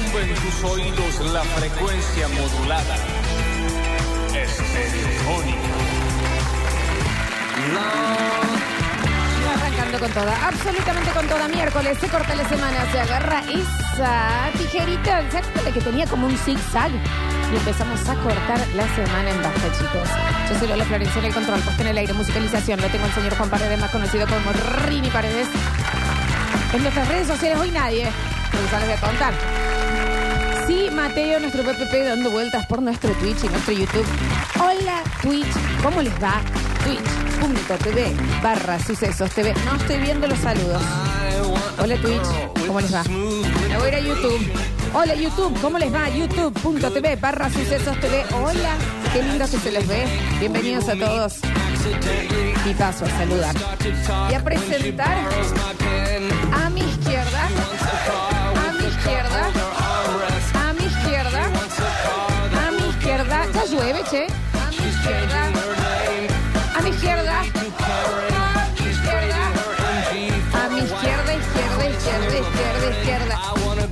tus oídos la frecuencia modulada. Estereofónica. Arrancando con toda, absolutamente con toda. Miércoles se corta la semana, se agarra esa tijerita, ¿se acuerdan que tenía como un zigzag? Y empezamos a cortar la semana en basta, chicos. Yo soy Lola Florencia en el control, puesta en el aire, musicalización. Lo tengo el señor Juan Paredes, más conocido como Rini Paredes. En nuestras redes sociales hoy nadie, porque sales de contar. Sí, Mateo, nuestro PPP, dando vueltas por nuestro Twitch y nuestro YouTube. Hola, Twitch, ¿cómo les va? Twitch.tv barra sucesos TV. No estoy viendo los saludos. Hola, Twitch, ¿cómo les va? Me voy a ir a YouTube. Hola, YouTube, ¿cómo les va? YouTube.tv barra sucesos TV. Hola, qué lindo que se les ve. Bienvenidos a todos. Y paso a saludar y a presentar a mi izquierda, a mi izquierda, a mi izquierda, a mi izquierda, ya llueve, che, a mi izquierda, a mi izquierda, a mi izquierda, a mi izquierda, izquierda, izquierda, izquierda, izquierda.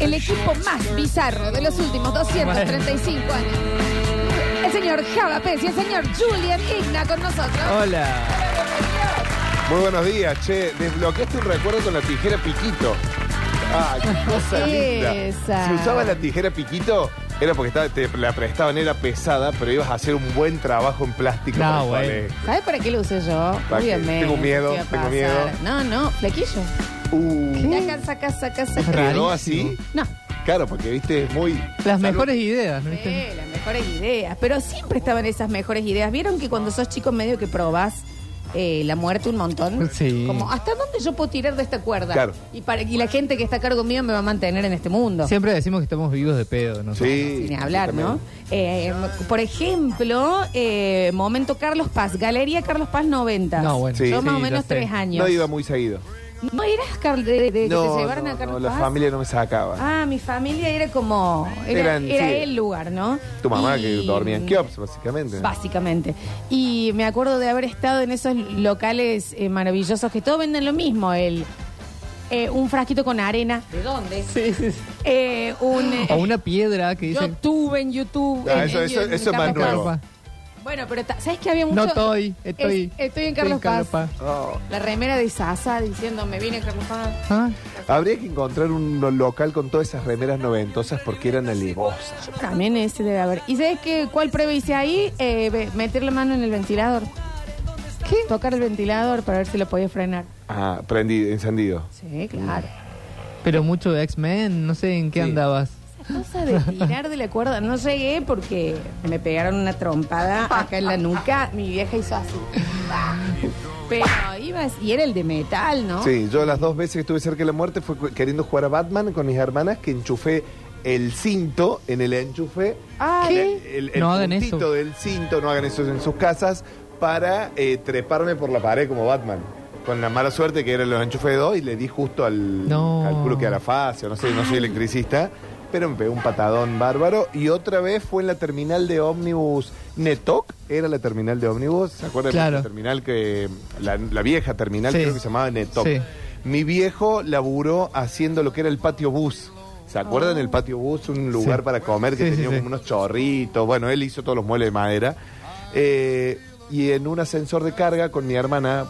El equipo más bizarro de los últimos 235 años. El señor Java Pérez y el señor Julian Igna con nosotros. Hola. Muy buenos días, che. Desbloqueaste un recuerdo con la tijera piquito. Ay, qué cosa Esa. linda. Si usabas la tijera piquito, era porque estaba- te la prestaban, era pesada, pero ibas a hacer un buen trabajo en plástico. No, para el güey. colegio. ¿Sabes para qué lo usé yo? ¿Para qué? Obviamente, Tengo miedo, ¿qué va a tengo pasar? miedo. No, no, flequillo. Uh, Ya acá, saca, saca, saca. quedó Rarísimo. así. No, Claro, porque viste, es muy. Las mejores ideas, ¿no? eh, las mejores ideas. Pero siempre estaban esas mejores ideas. ¿Vieron que cuando sos chico medio que probás eh, la muerte un montón? Sí. Como, ¿hasta dónde yo puedo tirar de esta cuerda? Claro. Y, para, y la gente que está a cargo mío me va a mantener en este mundo. Siempre decimos que estamos vivos de pedo, ¿no? Sí. Sin hablar, ¿no? Eh, por ejemplo, eh, momento Carlos Paz, Galería Carlos Paz 90. No, bueno. Sí. Yo más Sí, o menos ya sé. tres años. No iba muy seguido. ¿No eras Carl- de, de- de que te llevaron a no, Carlos no, la Paz? familia no me sacaba. Ah, mi familia era como. Era, Eran, era sí. el lugar, ¿no? Tu mamá Y- que dormía en Kiops, básicamente. Básicamente. Y me acuerdo de haber estado en esos locales eh, maravillosos que todos venden lo mismo. El, eh, un frasquito con arena. ¿De dónde? Sí, sí, sí. Eh, un, eh, O una piedra que Yo dicen. tuve en YouTube. Ah, en- eso- en- eso- en eso es más Carlos Paz. nuevo. Bueno, pero ta- ¿sabes que había mucho? No estoy, estoy. Es- estoy en Carlos Paz. Oh. La remera de Sasa diciendo, me vine a Carlos Paz. Ah, Habría que encontrar un local con todas esas remeras noventosas porque eran alevosas. Yo También ese debe haber. ¿Y sabes qué? ¿Cuál prueba hice ahí? Eh, ve- meter la mano en el ventilador. ¿Qué? Tocar el ventilador para ver si lo podía frenar. Ah, prendido, encendido. Sí, claro. pero mucho de X-Men, no sé en qué Sí. andabas. Esa cosa de tirar de la cuerda. No llegué porque me pegaron una trompada acá en la nuca. Mi vieja hizo así. Pero ibas. Y era el de metal, ¿no? Sí, yo las dos veces que estuve cerca de la muerte fue cu- queriendo jugar a Batman con mis hermanas que enchufé el cinto en el enchufe. Ay. El, el- el No hagan puntito eso. del cinto, no hagan eso en sus casas, para eh, treparme por la pared como Batman. Con la mala suerte que eran los enchufes de dos y le di justo al No. cálculo que a la fase, o no sé, no soy electricista. Pero me pegó un patadón bárbaro. Y otra vez fue en la terminal de ómnibus Netoc. Era la terminal de ómnibus. ¿Se acuerdan Claro. de la terminal que. La, la vieja terminal, Sí. creo que se llamaba Netoc. Sí. Mi viejo laburó haciendo lo que era el patio bus. ¿Se acuerdan el patio bus? Un lugar Ah. Sí. para comer que Sí, sí, tenía sí. como unos chorritos. Bueno, él hizo todos los muebles de madera. Eh, y en un ascensor de carga con mi hermana,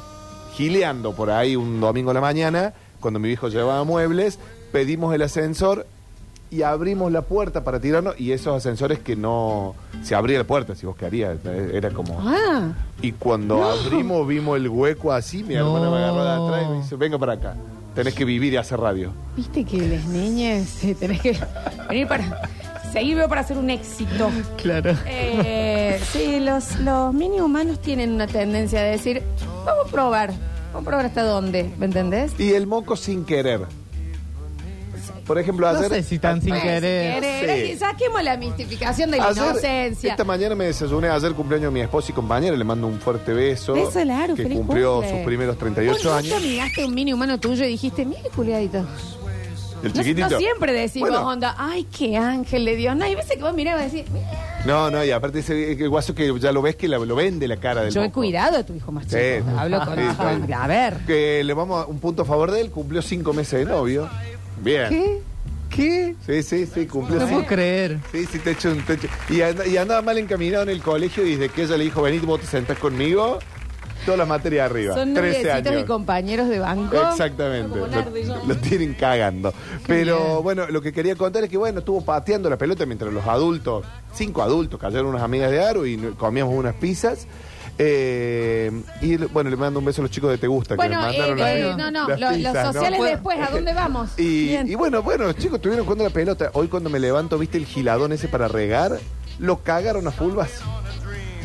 gileando por ahí un domingo a la mañana, cuando mi viejo llevaba muebles, pedimos el ascensor y abrimos la puerta para tirarnos. Y esos ascensores que no se abría la puerta, si vos querías. eh, Era como. Ah, Y cuando abrimos, vimos el hueco así. Mi No. hermana me agarró de atrás y me dice: Venga para acá. Tenés que vivir y hacer radio. viste que las niñas eh, tenés que venir para. Seguir veo para hacer un éxito. Claro. Eh, sí, los, los mini humanos tienen una tendencia de decir, vamos a probar, vamos a probar hasta dónde, ¿me entendés? Y el moco sin querer. Por ejemplo, No ayer. sé si tan sin Bueno, querer. Pues, si querés, eh, Sí. Saquemos la mistificación de la ayer- este inocencia. Esta mañana me desayuné, ayer cumpleaños de mi esposa y compañera, le mando un fuerte beso. Beso largo, que feliz cumplió cumple. sus primeros ¿Vos 38 nunca años. miraste a un mini humano tuyo y dijiste, mire, culiadito. El No, chiquitito. no siempre decimos, Bueno. onda, ay, qué ángel de Dios. No, hay veces que vos mirás y vas a decir, "Mira". No, no, y aparte ese eh, el guaso que ya lo ves que la- lo vende la cara del yo he moco. cuidado a tu hijo más Sí, chico. Hablo con sí, sí. A ver. Que le vamos a un punto a favor de él, cumplió cinco meses de novio. Bien. ¿Qué? ¿Qué? Sí, sí, sí, cumplió. No sí. puedo creer. Sí, sí, te echo un te echo- Y, and- y andaba mal encaminado en el colegio y desde que ella le dijo, venid, vos te sentás conmigo, todas las materias arriba. Son 13 noviecitos años. y compañeros de banco. Exactamente. Como Nardi, Lo, yo. lo tienen cagando. Pero bien. bueno, lo que quería contar es que bueno, estuvo pateando la pelota mientras los adultos, cinco adultos, cayeron unas amigas de Aro y no- comíamos unas pizzas. Eh, y le- bueno, le mando un beso a los chicos de Te Gusta que Bueno, me eh, mandaron las- eh, las- no, no, las lo- pizzas, ¿no? los sociales Puedo- después, ¿a dónde vamos? Y, Bien. y bueno, bueno, los chicos estuvieron jugando la pelota. Hoy cuando me levanto, ¿viste el giladón ese para regar? Lo cagaron a fulvas.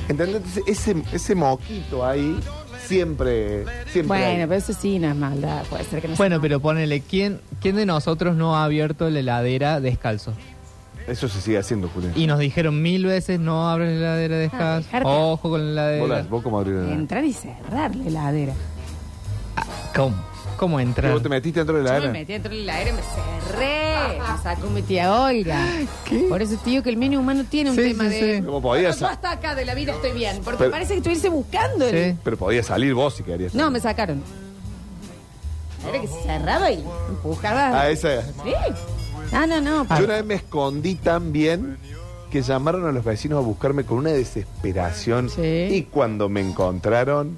¿Entendés? Entonces, Ese, ese moquito ahí siempre, siempre hay. Bueno, pero eso sí no es maldad, puede ser que no sea Bueno, mal. pero ponele, ¿quién, ¿quién de nosotros no ha abierto la heladera descalzo? Eso se sigue haciendo, Julián. Y nos dijeron mil veces, no abres la Ah, heladera descalzo, dejarte. ojo con la Vos, heladera. la- vos cómo abrís la- eh, Entrar y cerrar la heladera. Ah, ¿Cómo? ¿Cómo ¿Y entrar? vos te metiste dentro de la Yo me era? metí dentro del aire y me cerré. Ah. Me sacó mi tía Olga. Por eso te digo que el medio humano tiene un Sí, tema sí, de. sí. ¿Cómo podías? Bueno, yo hasta acá de la vida estoy bien. Porque Pero- parece que estuviese buscando el. Sí. Pero podías salir vos si querías. No, me sacaron. Era que se cerraba y empujaba. A esa. Sí. Ah, no, no. Yo una vez me escondí tan bien que llamaron a los vecinos a buscarme con una desesperación. Sí. Y cuando me encontraron,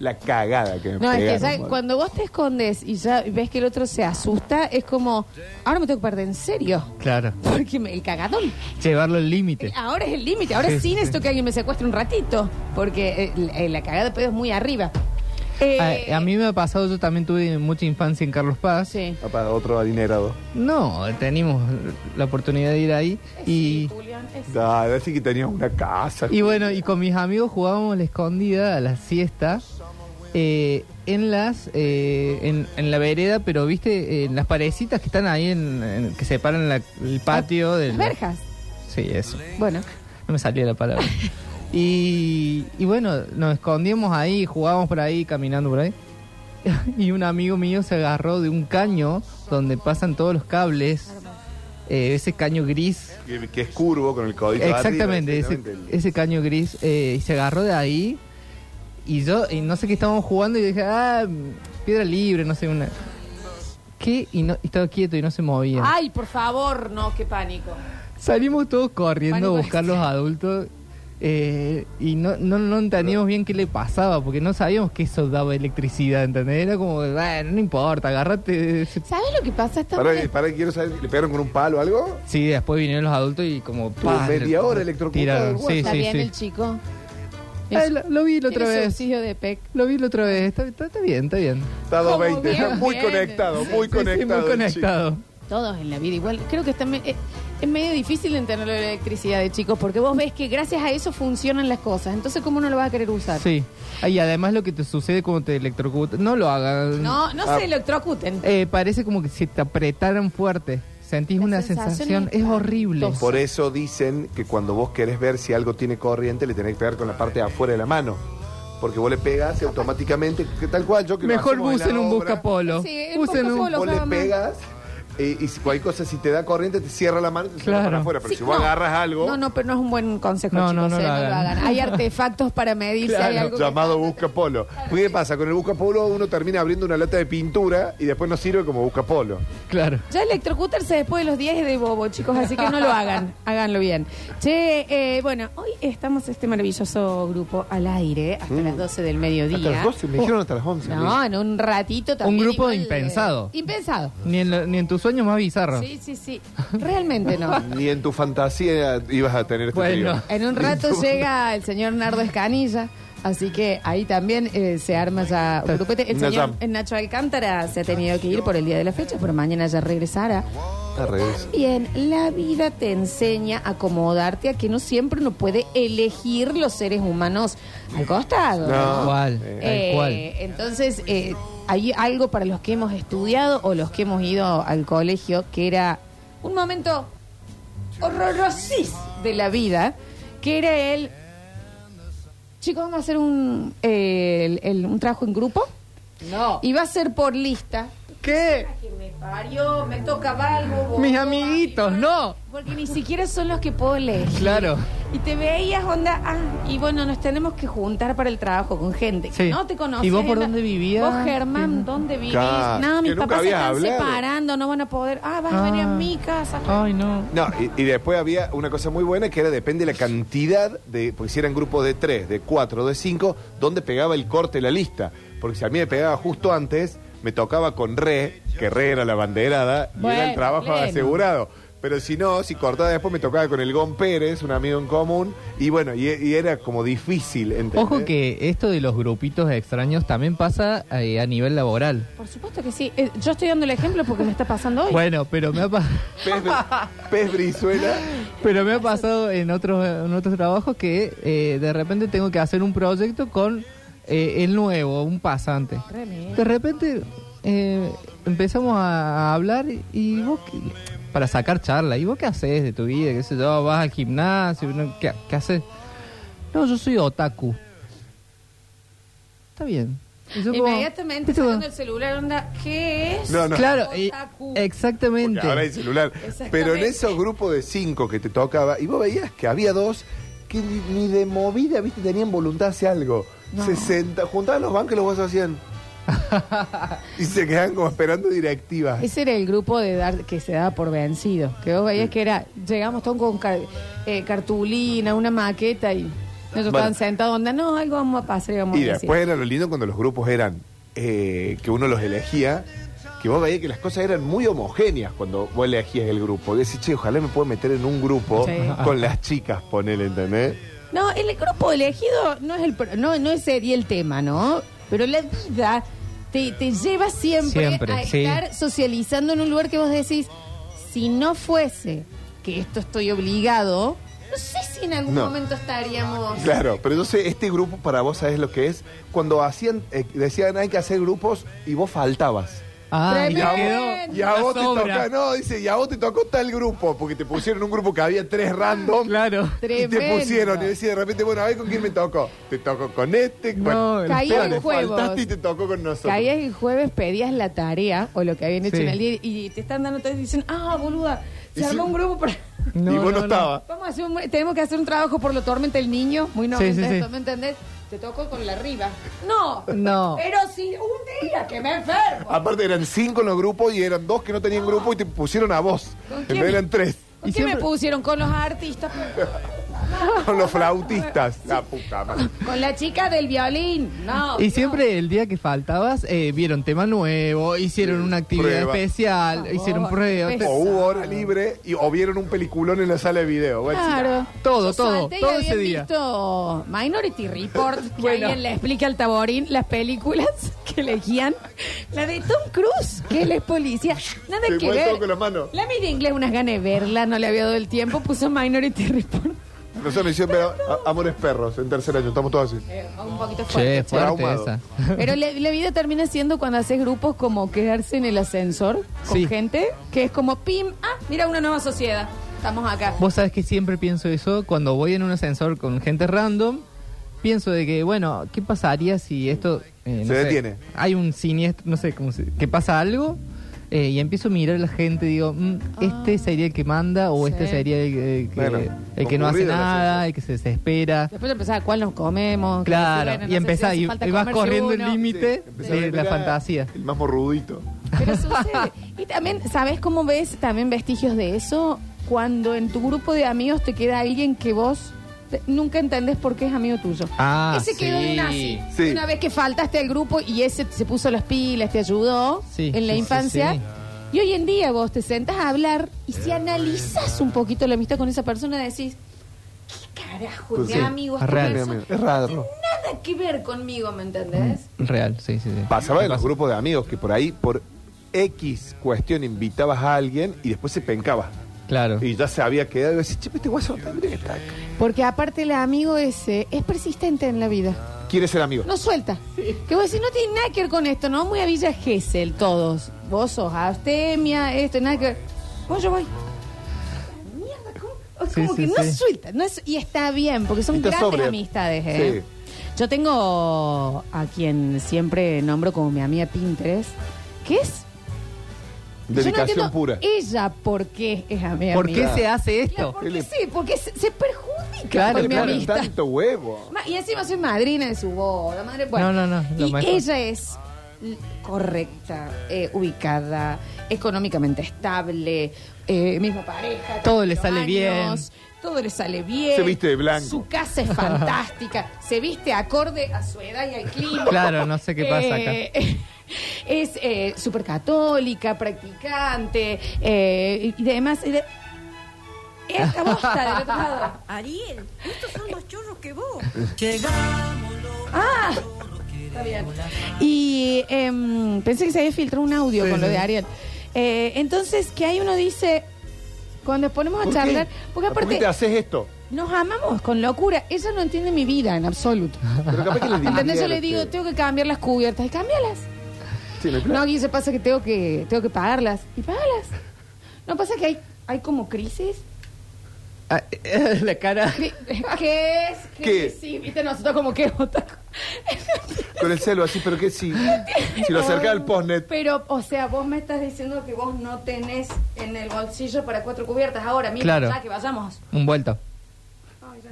la cagada que me No, es que pegaron, ya madre. cuando vos te escondes y ya ves que el otro se asusta, es como, ahora me tengo que perder en serio. Claro. Porque me- el cagadón. Llevarlo al límite. Ahora es el límite. Ahora Sí, sí, sí, necesito que alguien me secuestre un ratito. Porque eh, la- eh, la cagada de pedo es muy arriba. Eh, A, a mí me ha pasado, yo también tuve mucha infancia en Carlos Paz. Sí. Papá, otro adinerado. No, teníamos la oportunidad de ir ahí y, Julián, es- Dale, así que tenías una casa. y bueno, y con mis amigos jugábamos la escondida a la siesta eh, en las eh, en, en la vereda, pero viste en las parecitas que están ahí en, en- que separan la- el patio del Ah, Las verjas. Sí, eso. Bueno. eh, No me salía la palabra. Y, y bueno, nos escondíamos ahí, jugábamos por ahí, caminando por ahí. Y un amigo mío se agarró de un caño donde pasan todos los cables. eh, ese caño gris. que, que es curvo con el este, código. Exactamente, ese, ese caño gris. eh, y se agarró de ahí. Y yo, y no sé qué estábamos jugando. Y dije, ah, piedra libre, no sé, una. ¿Qué? Y, no, y estaba quieto y no se movía. Ay, por favor, no, qué pánico. Salimos todos corriendo a Pánico buscar los adultos eh, y no, no, no entendíamos bien qué le pasaba, porque no sabíamos que eso daba electricidad, ¿entendés? Era como, "Bueno, no importa, agárrate. ¿Sabes lo que pasa? Esta Para, para, quiero saber, ¿le pegaron con un palo o algo? Sí, después vinieron los adultos y como... Tuvo ¡pah! media hora electrocutado, Tiraron. guau. Sí, Está sí, bien el sí. chico. Ay, lo, lo vi la otra Tiene vez. subsidio de PEC. Lo vi la otra vez. Está, está- está bien, está bien. Está a ¿Cómo 220, está bien? muy conectado, muy Sí, sí, conectado. muy el chico. conectado. Todos en la vida igual. Creo que está me- eh, es medio difícil entender la electricidad de chicos porque vos ves que gracias a eso funcionan las cosas. Entonces, ¿cómo no lo vas a querer usar? Sí. Ah, Y además lo que te sucede cuando te electrocutas... No lo hagas. No, no se electrocuten. Ah. Eh, parece como que si te apretaran fuerte. Sentís La una sensación sensación, es es horrible. espantosa. Por eso dicen que cuando vos querés ver si algo tiene corriente, le tenés que pegar con la parte de afuera de la mano. Porque vos le pegas y automáticamente, que tal cual, yo que lo Mejor hacemos en la usen un obra, buscapolo. Sí, el Usen un- buscapolo. Vos le Colocaba más. pegas eh, y si cualquier cosa, si te da corriente, te cierra la mano y te cierra Claro. para afuera. Pero Sí, si vos no. agarras algo, No, no, pero no es un buen consejo, No, chicos. no, no eh, lo hagan. Hay artefactos para medir si hay algo. que- llamado buscapolo. ¿Qué pasa? Con el buscapolo uno termina abriendo una lata de pintura y después no sirve como buscapolo. Claro. Ya electrocutarse después de los 10 es de bobo, chicos, así que no lo hagan, háganlo bien. Che, eh, bueno, hoy estamos este maravilloso grupo al aire hasta Mm. las 12 del mediodía. Hasta las 12, me dijeron hasta las 11. No, en un ratito también. Un grupo igual, eh, impensado. impensado. Ni en, lo- ni en tus sueños más bizarros. Sí, sí, sí. Realmente no. Ni en tu fantasía ibas a tener este Bueno. trío. En un rato llega el señor Nardo Escanilla, así que ahí también eh, se arma ya un grupete. El Una señor jam. eh, Nacho Alcántara se ha tenido que ir por el día de la fecha, pero mañana ya regresará. Al revés. Bien, la vida te enseña a acomodarte a que no siempre uno puede elegir los seres humanos al costado. No. Tal cual, Eh, Eh, tal cual. Entonces, eh, hay algo para los que hemos estudiado o los que hemos ido al colegio que era un momento horrorosís de la vida, que era el. Chicos, vamos a hacer un, eh, el- el- un trabajo en grupo No. y va a ser por lista. ¿Qué? Que me parió, me tocaba algo. Mis boba, amiguitos, mi- no. Porque ni siquiera son los que puedo elegir. Claro. Y te veías, onda, ah, y bueno, nos tenemos que juntar para el trabajo con gente que Sí. no te conoce. ¿Y vos por dónde vivías? Vos, Germán, ¿dónde vivís? Claro, no, mis que nunca papás se habías están hablado. separando, no van a poder. Ah, vas a venir a Ah. mi casa. Ay, no. No, y, y después había una cosa muy buena que era depende de la cantidad de, porque si eran grupos de tres, de cuatro, de cinco, dónde pegaba el corte la lista. Porque si a mí me pegaba justo antes, me tocaba con Re, que Re era la banderada, y era Bueno, el trabajo pleno. asegurado. Pero si no, si cortaba después me tocaba con el Gon Pérez, un amigo en común, y bueno, y, y era como difícil entender. Ojo que esto de los grupitos extraños también pasa eh, a nivel laboral. Por supuesto que sí. Eh, yo estoy dando el ejemplo porque me está pasando hoy. Bueno, pero me ha, pa- Pez, Pez Brizuela. pero me ha pasado en otros en otros trabajos que eh, de repente tengo que hacer un proyecto con eh, el nuevo, un pasante. Remi. De repente eh, empezamos a, a hablar y- y vos qué- para sacar charla. ¿Y vos qué haces de tu vida? ¿Qué sé yo? ¿Vas al gimnasio? ¿No? ¿Qué, qué haces? No, yo soy otaku. Está bien. Y yo como- Inmediatamente ¿viste? sacando el celular, onda, ¿qué es? No, no. Claro, y- Otaku. exactamente. Porque ahora hay celular. Exactamente. Pero en esos grupos de cinco que te tocaba, y vos veías que había dos que ni, ni de movida, viste, tenían voluntad hacia algo. Se senta, juntaban los bancos y los vos hacían. y se quedaban como esperando directivas. Ese era el grupo de dar que se daba por vencido. Que vos veías que era, llegamos todos con car- eh, cartulina, una maqueta y nos estaban Bueno. sentados, onda, no, algo vamos a pasar, y vamos Y a decir. después era lo lindo cuando los grupos eran, eh, que uno los elegía, que vos veías que las cosas eran muy homogéneas cuando vos elegías el grupo. Y decís, che, ojalá me pueda meter en un grupo Sí. con las chicas, ponele, ¿entendés? No, el grupo elegido no es el pro- no, no es sería el tema, ¿no? Pero la vida te, te lleva siempre, Siempre, a sí. estar socializando en un lugar que vos decís, si no fuese que esto estoy obligado, no sé si en algún No. momento estaríamos. Claro, pero entonces este grupo para vos sabés lo que es. Cuando hacían, eh, decían hay que hacer grupos y vos faltabas. Ah, y Y a, Bien. quedó vos, y a la vos te sobra. toca, no, dice, y a vos te tocó tal grupo, porque te pusieron un grupo que había tres random. Claro. Y te Tremendo. pusieron, y decís de repente, bueno, a ver con quién me tocó. Te tocó con este, No, bueno, el Caí pero en le juegos. faltaste y te tocó con nosotros. Caías el jueves, pedías la tarea o lo que habían hecho Sí. en el día y te están dando todo y dicen, ah, boluda, se Y armó sí. un grupo para... y vos no, estabas. Vamos a hacer un- tenemos que hacer un trabajo por la tormenta del niño, muy no, Sí, sí, ¿entendés? sí. ¿me entendés? Te toco con la arriba. No, No. Pero si un día que me enfermo. Aparte eran cinco en los grupos y eran dos que no tenían grupo y te pusieron a vos. ¿Con En quién? vez eran tres. ¿Por Y qué me siempre- pusieron con los artistas? Con los flautistas. La puta madre. Con la chica del violín. No. Y no. siempre el día que faltabas, eh, vieron tema nuevo, hicieron una actividad Prueba. especial, Por favor, hicieron pruebas. qué O hubo hora libre y, o vieron un peliculón en la sala de video. Bueno, Claro. Todo, Yo todo, salté y todo habían ese día. visto Minority Report, que Bueno. alguien le explica al taborín las películas que elegían. La de Tom Cruise, que él es policía. Nada Se que mueve ver. pues, todo con las manos. La media inglés, unas ganas de verla, no le había dado el tiempo, puso Minority Report. Nosotros hicimos pero, a- Amores Perros en tercer año, estamos todos así. Eh, un poquito Che, fuerte. fuerte Traumado. esa. Pero la, la vida termina siendo cuando haces grupos como quedarse en el ascensor con Sí. gente, que es como, pim, ah, mira una nueva sociedad. Estamos acá. Vos sabés que siempre pienso eso cuando voy en un ascensor con gente random. Pienso de que, bueno, ¿qué pasaría si esto... eh, no Se sé, detiene. Hay un siniestro, no sé, cómo se- que pasa algo eh, y empiezo a mirar a la gente digo, mm, este sería el que manda o Ah. Sí. este sería el, el que, Bueno, el que no hace concurrido el nada, ascensor. el que se desespera. Después empezaba cuál nos comemos. Claro, qué nos sirven, no y sé empezás, si hace y, falta y vas comerse corriendo el uno. límite Empezó a de ver, la mirá, fantasía. El más morrudito. Pero sucede. Y también, ¿sabes cómo ves también vestigios de eso? Cuando en tu grupo de amigos te queda alguien que vos te- nunca entendés por qué es amigo tuyo. Ah, ese quedó de sí. nazi. Sí. Una vez que faltaste al grupo y ese se puso las pilas, te ayudó Sí, en la sí, sí, infancia. sí. Y hoy en día vos te sentás a hablar y si analizas un poquito la amistad con esa persona decís, ¿qué carajo Pues de Pues Sí, amigo esta real. persona? Es raro. Nada que ver conmigo, ¿me entendés? Mm. Real, sí, sí. sí. Pasaba en Pasa. los grupos de amigos que por ahí, por X cuestión, invitabas a alguien y después se pencaba. Claro. Y ya se había quedado y decís, che, este guaso tendría que estar acá". Porque aparte el amigo ese es persistente en la vida. Quiere ser amigo. No suelta. Que vos decís, no tiene nada que ver con esto, ¿no? Muy a Villa Gesell, todos. Vos sos astemia, esto, nada que ver. Vos yo voy. Mierda, ¿cómo? Es Sí, como sí, que no sí. suelta. No es, y está bien, porque son Está grandes sobria. amistades, ¿eh? Yo tengo a quien siempre nombro como mi amiga Pinterest, que es Dedicación Yo no entiendo pura. Ella, ¿por qué es a mi ¿Por qué amiga? se hace Claro, esto? porque Él es- sí, porque se, se perjudica Claro, con mi claro. amistad. tanto huevo. Ma- Y encima soy madrina de su boda, madre. Bueno, No, no, no, lo Y mejor. ella es l- correcta, eh, ubicada, económicamente estable, eh, misma pareja. Todo le cuatro sale Todo le sale bien. Se viste de blanco. Su casa es fantástica. se viste acorde a su edad y al clima. Claro, no sé qué pasa Eh, Es eh, súper católica, practicante eh, y demás. Y de- Esta bosta del otro lado. Ariel, estos son más chorros que vos. Ah, Está bien. Y em, pensé que se había filtrado un audio Sí, con lo sí. de Ariel. Eh, entonces, que ahí uno dice, cuando nos ponemos a ¿Por qué? charlar, porque ¿Por qué aparte te haces esto? nos amamos con locura, ella no entiende mi vida en absoluto. Pero capaz que le Entonces yo le divierte. digo, tengo que cambiar las cubiertas, y cámbialas. Sí, no hay plan. No, y se pasa que tengo que tengo que pagarlas, y pagarlas. No pasa que hay, hay como crisis. Ah, eh, la cara. Cri- ¿Qué es? ¿Qué? Sí, viste, nosotros como que otaku. Con el celo así, pero que sí. Si lo acercas al postnet. Pero, o sea, vos me estás diciendo que vos no tenés en el bolsillo para cuatro cubiertas ahora, mira, Claro. ya que vayamos. Un vuelto.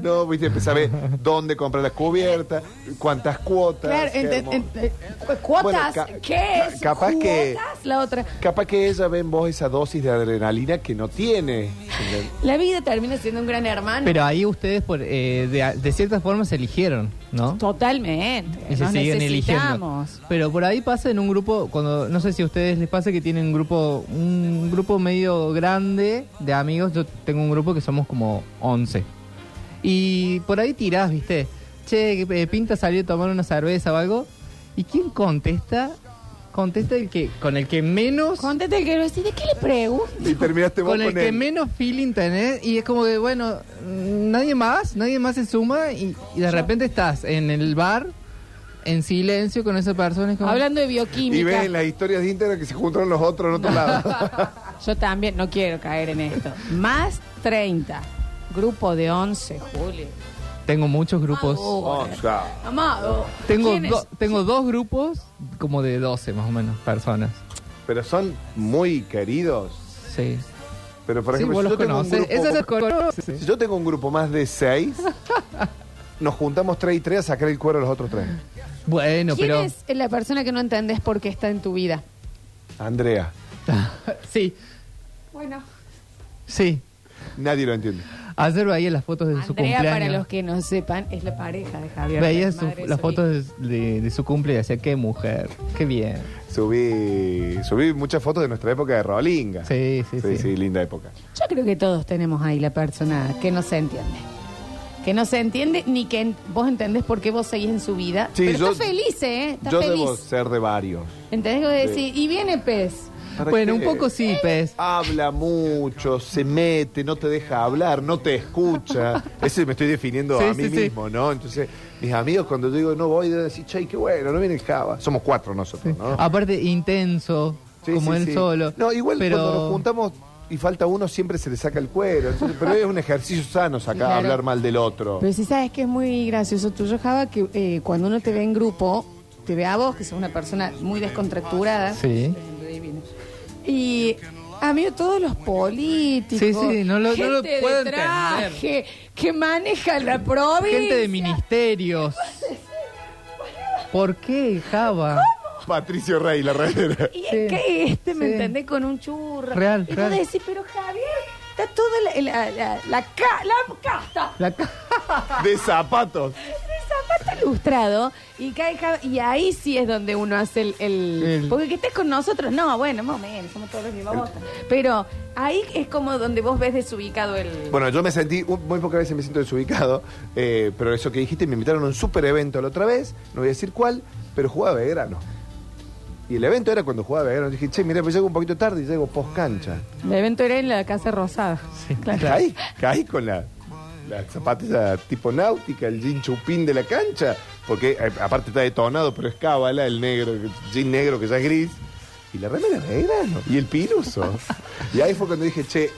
No, viste, empezar a ver dónde comprar las cubiertas, cuántas cuotas. Claro, qué ente- hermoso. ente- cu- cuotas, Bueno, ca- ¿qué es? ca- capaz que- Cuotas, la otra. Capaz que ella ve en vos esa dosis de adrenalina que no tiene. La vida termina siendo un gran hermano. Pero ahí ustedes, por, eh, de, de cierta forma, se eligieron, ¿no? Totalmente. Y se nos siguen eligiendo. necesitamos. Pero por ahí pasa en un grupo, cuando no sé si a ustedes les pasa que tienen un grupo, un grupo medio grande de amigos. Yo tengo un grupo que somos como 11. Y por ahí tirás, viste, che, que, eh, pinta salir a tomar una cerveza o algo. ¿Y quién contesta? Contesta el que, con el que menos Contate el que lo decís, ¿de qué le pregunto? Y terminaste vos con con, el que él. menos feeling tenés y es como que bueno nadie más nadie más se suma y, y de repente estás en el bar en silencio con esa persona es como, Hablando de Y ves en bioquímica, las historias de Instagram que se juntaron los otros en otro lado. yo también no quiero caer en esto. Más 30, grupo de 11, Julio. tengo muchos grupos Ah, Oh, ya. Amado. tengo ¿quién es? do- tengo dos grupos como de 12 más o menos personas Pero son muy queridos. sí Pero por Sí, ejemplo, vos los si yo tengo un conoces grupo- Esos los conoces. Si yo tengo un grupo más de seis, nos juntamos tres y tres a sacar el cuero a los otros tres. bueno ¿Quién pero es la persona que no entendés por qué está en tu vida? Andrea, sí Bueno, sí nadie lo entiende. ayer veía las fotos de su Andrea, cumpleaños para los que no sepan, es la pareja de Javier. veía la su- madre de las su fotos hija. de, de- de su cumple y decía qué mujer qué bien Subí, subí muchas fotos de nuestra época de Rolinga. Sí, sí, sí. linda época. Yo creo que todos tenemos ahí la persona que no se entiende. Que no se entiende ni que en- vos entendés por qué vos seguís en su vida. Sí, pero yo- está feliz, ¿eh? Está Yo feliz. debo ser de varios. ¿Entendés? Vos decís, y viene pez. ¿Para Bueno, un qué? Ah, poco sí, Pez. Habla mucho, se mete, no te deja hablar, no te escucha. Ese me estoy definiendo Sí, a sí, mí sí. mismo, ¿no? Entonces, mis amigos, cuando yo digo no voy, deben decir, che, qué bueno, no viene el Java. Somos cuatro nosotros, ¿no? Aparte, intenso, Sí, Ah, como sí, él sí. solo. No, igual pero cuando nos juntamos y falta uno, siempre se le saca el cuero. Entonces, pero es un ejercicio sano sacar Claro. hablar mal del otro. Pero si sabes que es muy gracioso tuyo, Java, que eh, cuando uno te ve en grupo, te ve a vos, que sos una persona muy descontracturada. Sí. Y amigo, todos los políticos. Sí, sí, no lo- no gente lo de puedo traje, que maneja la provincia. Gente de ministerios. ¿Por qué, Java? Patricio Rey, la redera. Y Sí, es que este, ¿me sí. entendés? Con un churro. Real, Y real. vos decís, pero Javier, está toda la, la, la, la, ca- la casta. La ca- De zapatos. Está ilustrado y cae Jav- y ahí sí es donde uno hace el, el- El- porque que estés con nosotros no bueno más o menos somos todos los mismos bosta. pero ahí es como donde vos ves desubicado el Bueno, yo me sentí, un- muy pocas veces me siento desubicado, eh, pero eso que dijiste, me invitaron a un super evento la otra vez, no voy a decir cuál, pero jugaba Belgrano. Y el evento era cuando jugaba Belgrano. Dije, che, mira, pues llego un poquito tarde y llego post cancha. el evento era en la casa rosada Caí, caí con la, la zapatilla tipo náutica, el jean chupín de la cancha, porque eh, aparte está detonado, pero es cábala, el negro, el jean negro que ya es gris, y la remera de grano, y el piluso. y ahí fue cuando dije, che,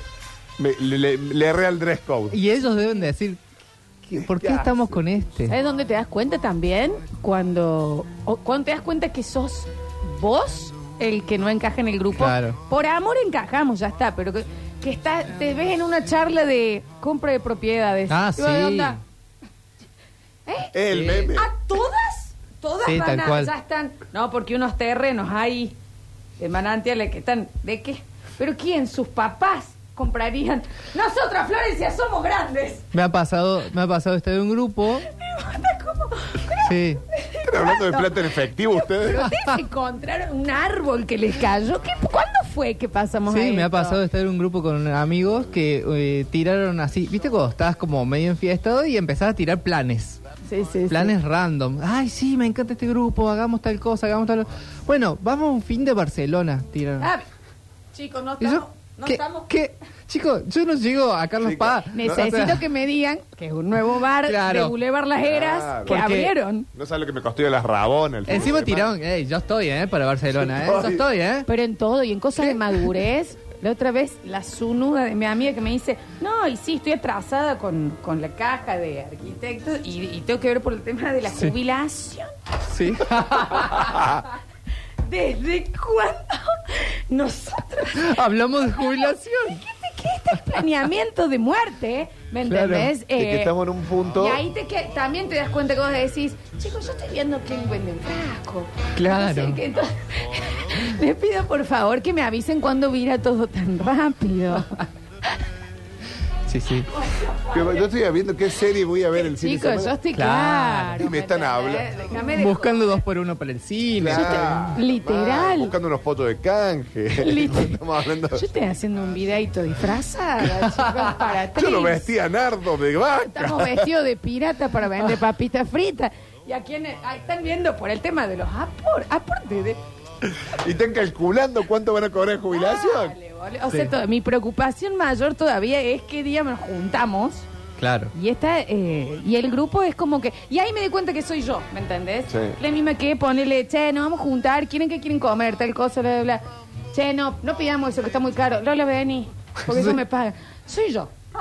me- le, le- le erré al dress code. Y ellos deben decir, ¿qué- ¿por qué ¿Qué estamos hace? con este? ¿Sabes dónde te das cuenta también? Cuando, o cuando te das cuenta que sos vos el que no encaja en el grupo. Claro. Por amor encajamos, ya está, pero que, que está, te ves en una charla de compra de propiedades. Ah, Y vos, sí. ¿de onda? ¿Eh? El Sí. meme. ¿A todas? Todas Sí, van tal a, cual. ya están. No, porque unos terrenos hay de manantiales que están. ¿De qué? ¿Pero quién? ¿Sus papás comprarían? Nosotras, Florencia, somos grandes. Me ha pasado, me ha pasado estar en un grupo. Sí. ¿Están hablando de plata en efectivo ustedes? Pero ustedes encontraron un árbol que les cayó. ¿Qué- ¿Cuándo fue que pasamos a Sí, me ha esto? pasado estar en un grupo con amigos que eh, tiraron así, viste cuando estabas como medio enfiestado y empezás a tirar planes, Sí, sí, sí. planes random. Ay, sí, me encanta este grupo, hagamos tal cosa, hagamos tal... Bueno, vamos a un fin de Barcelona, tiraron. Ah, chicos, no Y estamos. yo, no ¿qué, estamos- qué? Chicos, yo no llego a Carlos Chicos, Paz. Necesito O sea, que me digan que es un nuevo bar de Claro. Boulevard Las Heras Claro. que Porque- abrieron. No sabe lo que me costó ir a las rabonas. el Encima fin de semana. tiraron, "Ey, yo estoy, ¿eh? Para Barcelona, ¿eh? Yo estoy, ¿eh? Pero en todo y en cosas de madurez. La otra vez, la sunuda de mi amiga que me dice, no, y sí, estoy atrasada con, con la caja de arquitectos y, y tengo que ver por el tema de la Sí. jubilación. Sí. ¿Desde cuándo nosotros Hablamos de jubilación. ¿Qué está el este planeamiento de muerte? ¿Me Claro. entendés? De que Eh, estamos en un punto. y ahí te que, también te das cuenta que vos decís, chicos, yo estoy viendo quién vende un frasco. Claro. No sé qué, entonces, les pido por favor que me avisen cuando vira todo tan rápido. Sí, sí. que Yo estoy viendo qué serie voy a ver el fin de Chicos, yo semana. estoy Claro. claro. Y me están entendés? hablando. Déjame de- Buscando dos por uno para el cine. Claro, literal. va, buscando unos fotos de canje. Literal. Estamos hablando. Yo estoy haciendo un videito disfrazada, chicos, para Yo lo tris. vestía Nardo de vaca. Estamos vestidos de pirata para vender papitas fritas. ¿Y a quién ah, están viendo por el tema de los apor- aportes? De... Y están calculando cuánto van a cobrar en jubilación. Dale, boludo. O sea, to- mi preocupación mayor todavía es qué día nos juntamos. Claro. Y esta, eh, y el grupo es como que. Y ahí me di cuenta que soy yo, ¿me entendés? Sí. La misma que ponele, che, nos vamos a juntar, quieren que quieren comer, tal cosa, bla, bla, bla. Che, no, no pidamos eso que está muy caro. Lola, vení, porque eso me pagan. Soy yo.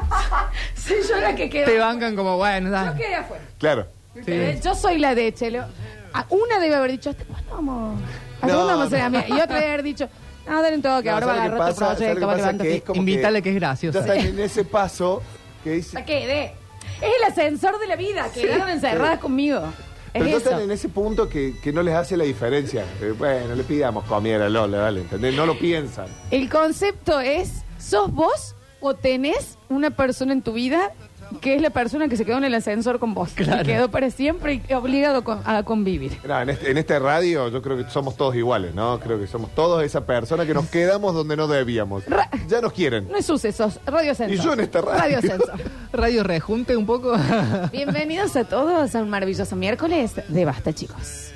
soy yo la que quedó. Te bancan como, bueno, Yo dale. quedé afuera. Claro. Eh, Yo soy la de Chelo. Ah, Una debe haber dicho, ¿hasta cuándo vamos? ¿Hasta No, cuándo vamos a ser no. amigas? Y otra debe haber dicho, no, dale un toque, No, ahora va a ¿sabe qué agarrar otro pasa? ¿Sabe qué proyecto, va a pasa? levantar. Que es como Invítale que es Ya graciosa. están en ese paso que Ya dice. quedé. Es el ascensor de la vida, quedaron encerradas conmigo. Es Pero ya eso. están en ese punto que, que no les hace la diferencia. Eh, bueno, le pidamos comida a Lola, dale, ¿entendés? No lo piensan. El concepto es, ¿sos vos o tenés una persona en tu vida que es la persona que se quedó en el ascensor con vos? Claro. Que quedó para siempre y obligado con- a convivir. No, en, este, en este radio yo creo que somos todos iguales, ¿no? Creo que somos todos esa persona que nos quedamos donde no debíamos. Ra- Ya nos quieren. No es sucesos, Radio Ascensor. yo en esta radio. Radio Ascensor. Radio Rejunte un poco. Bienvenidos a todos a un maravilloso miércoles de Basta, chicos.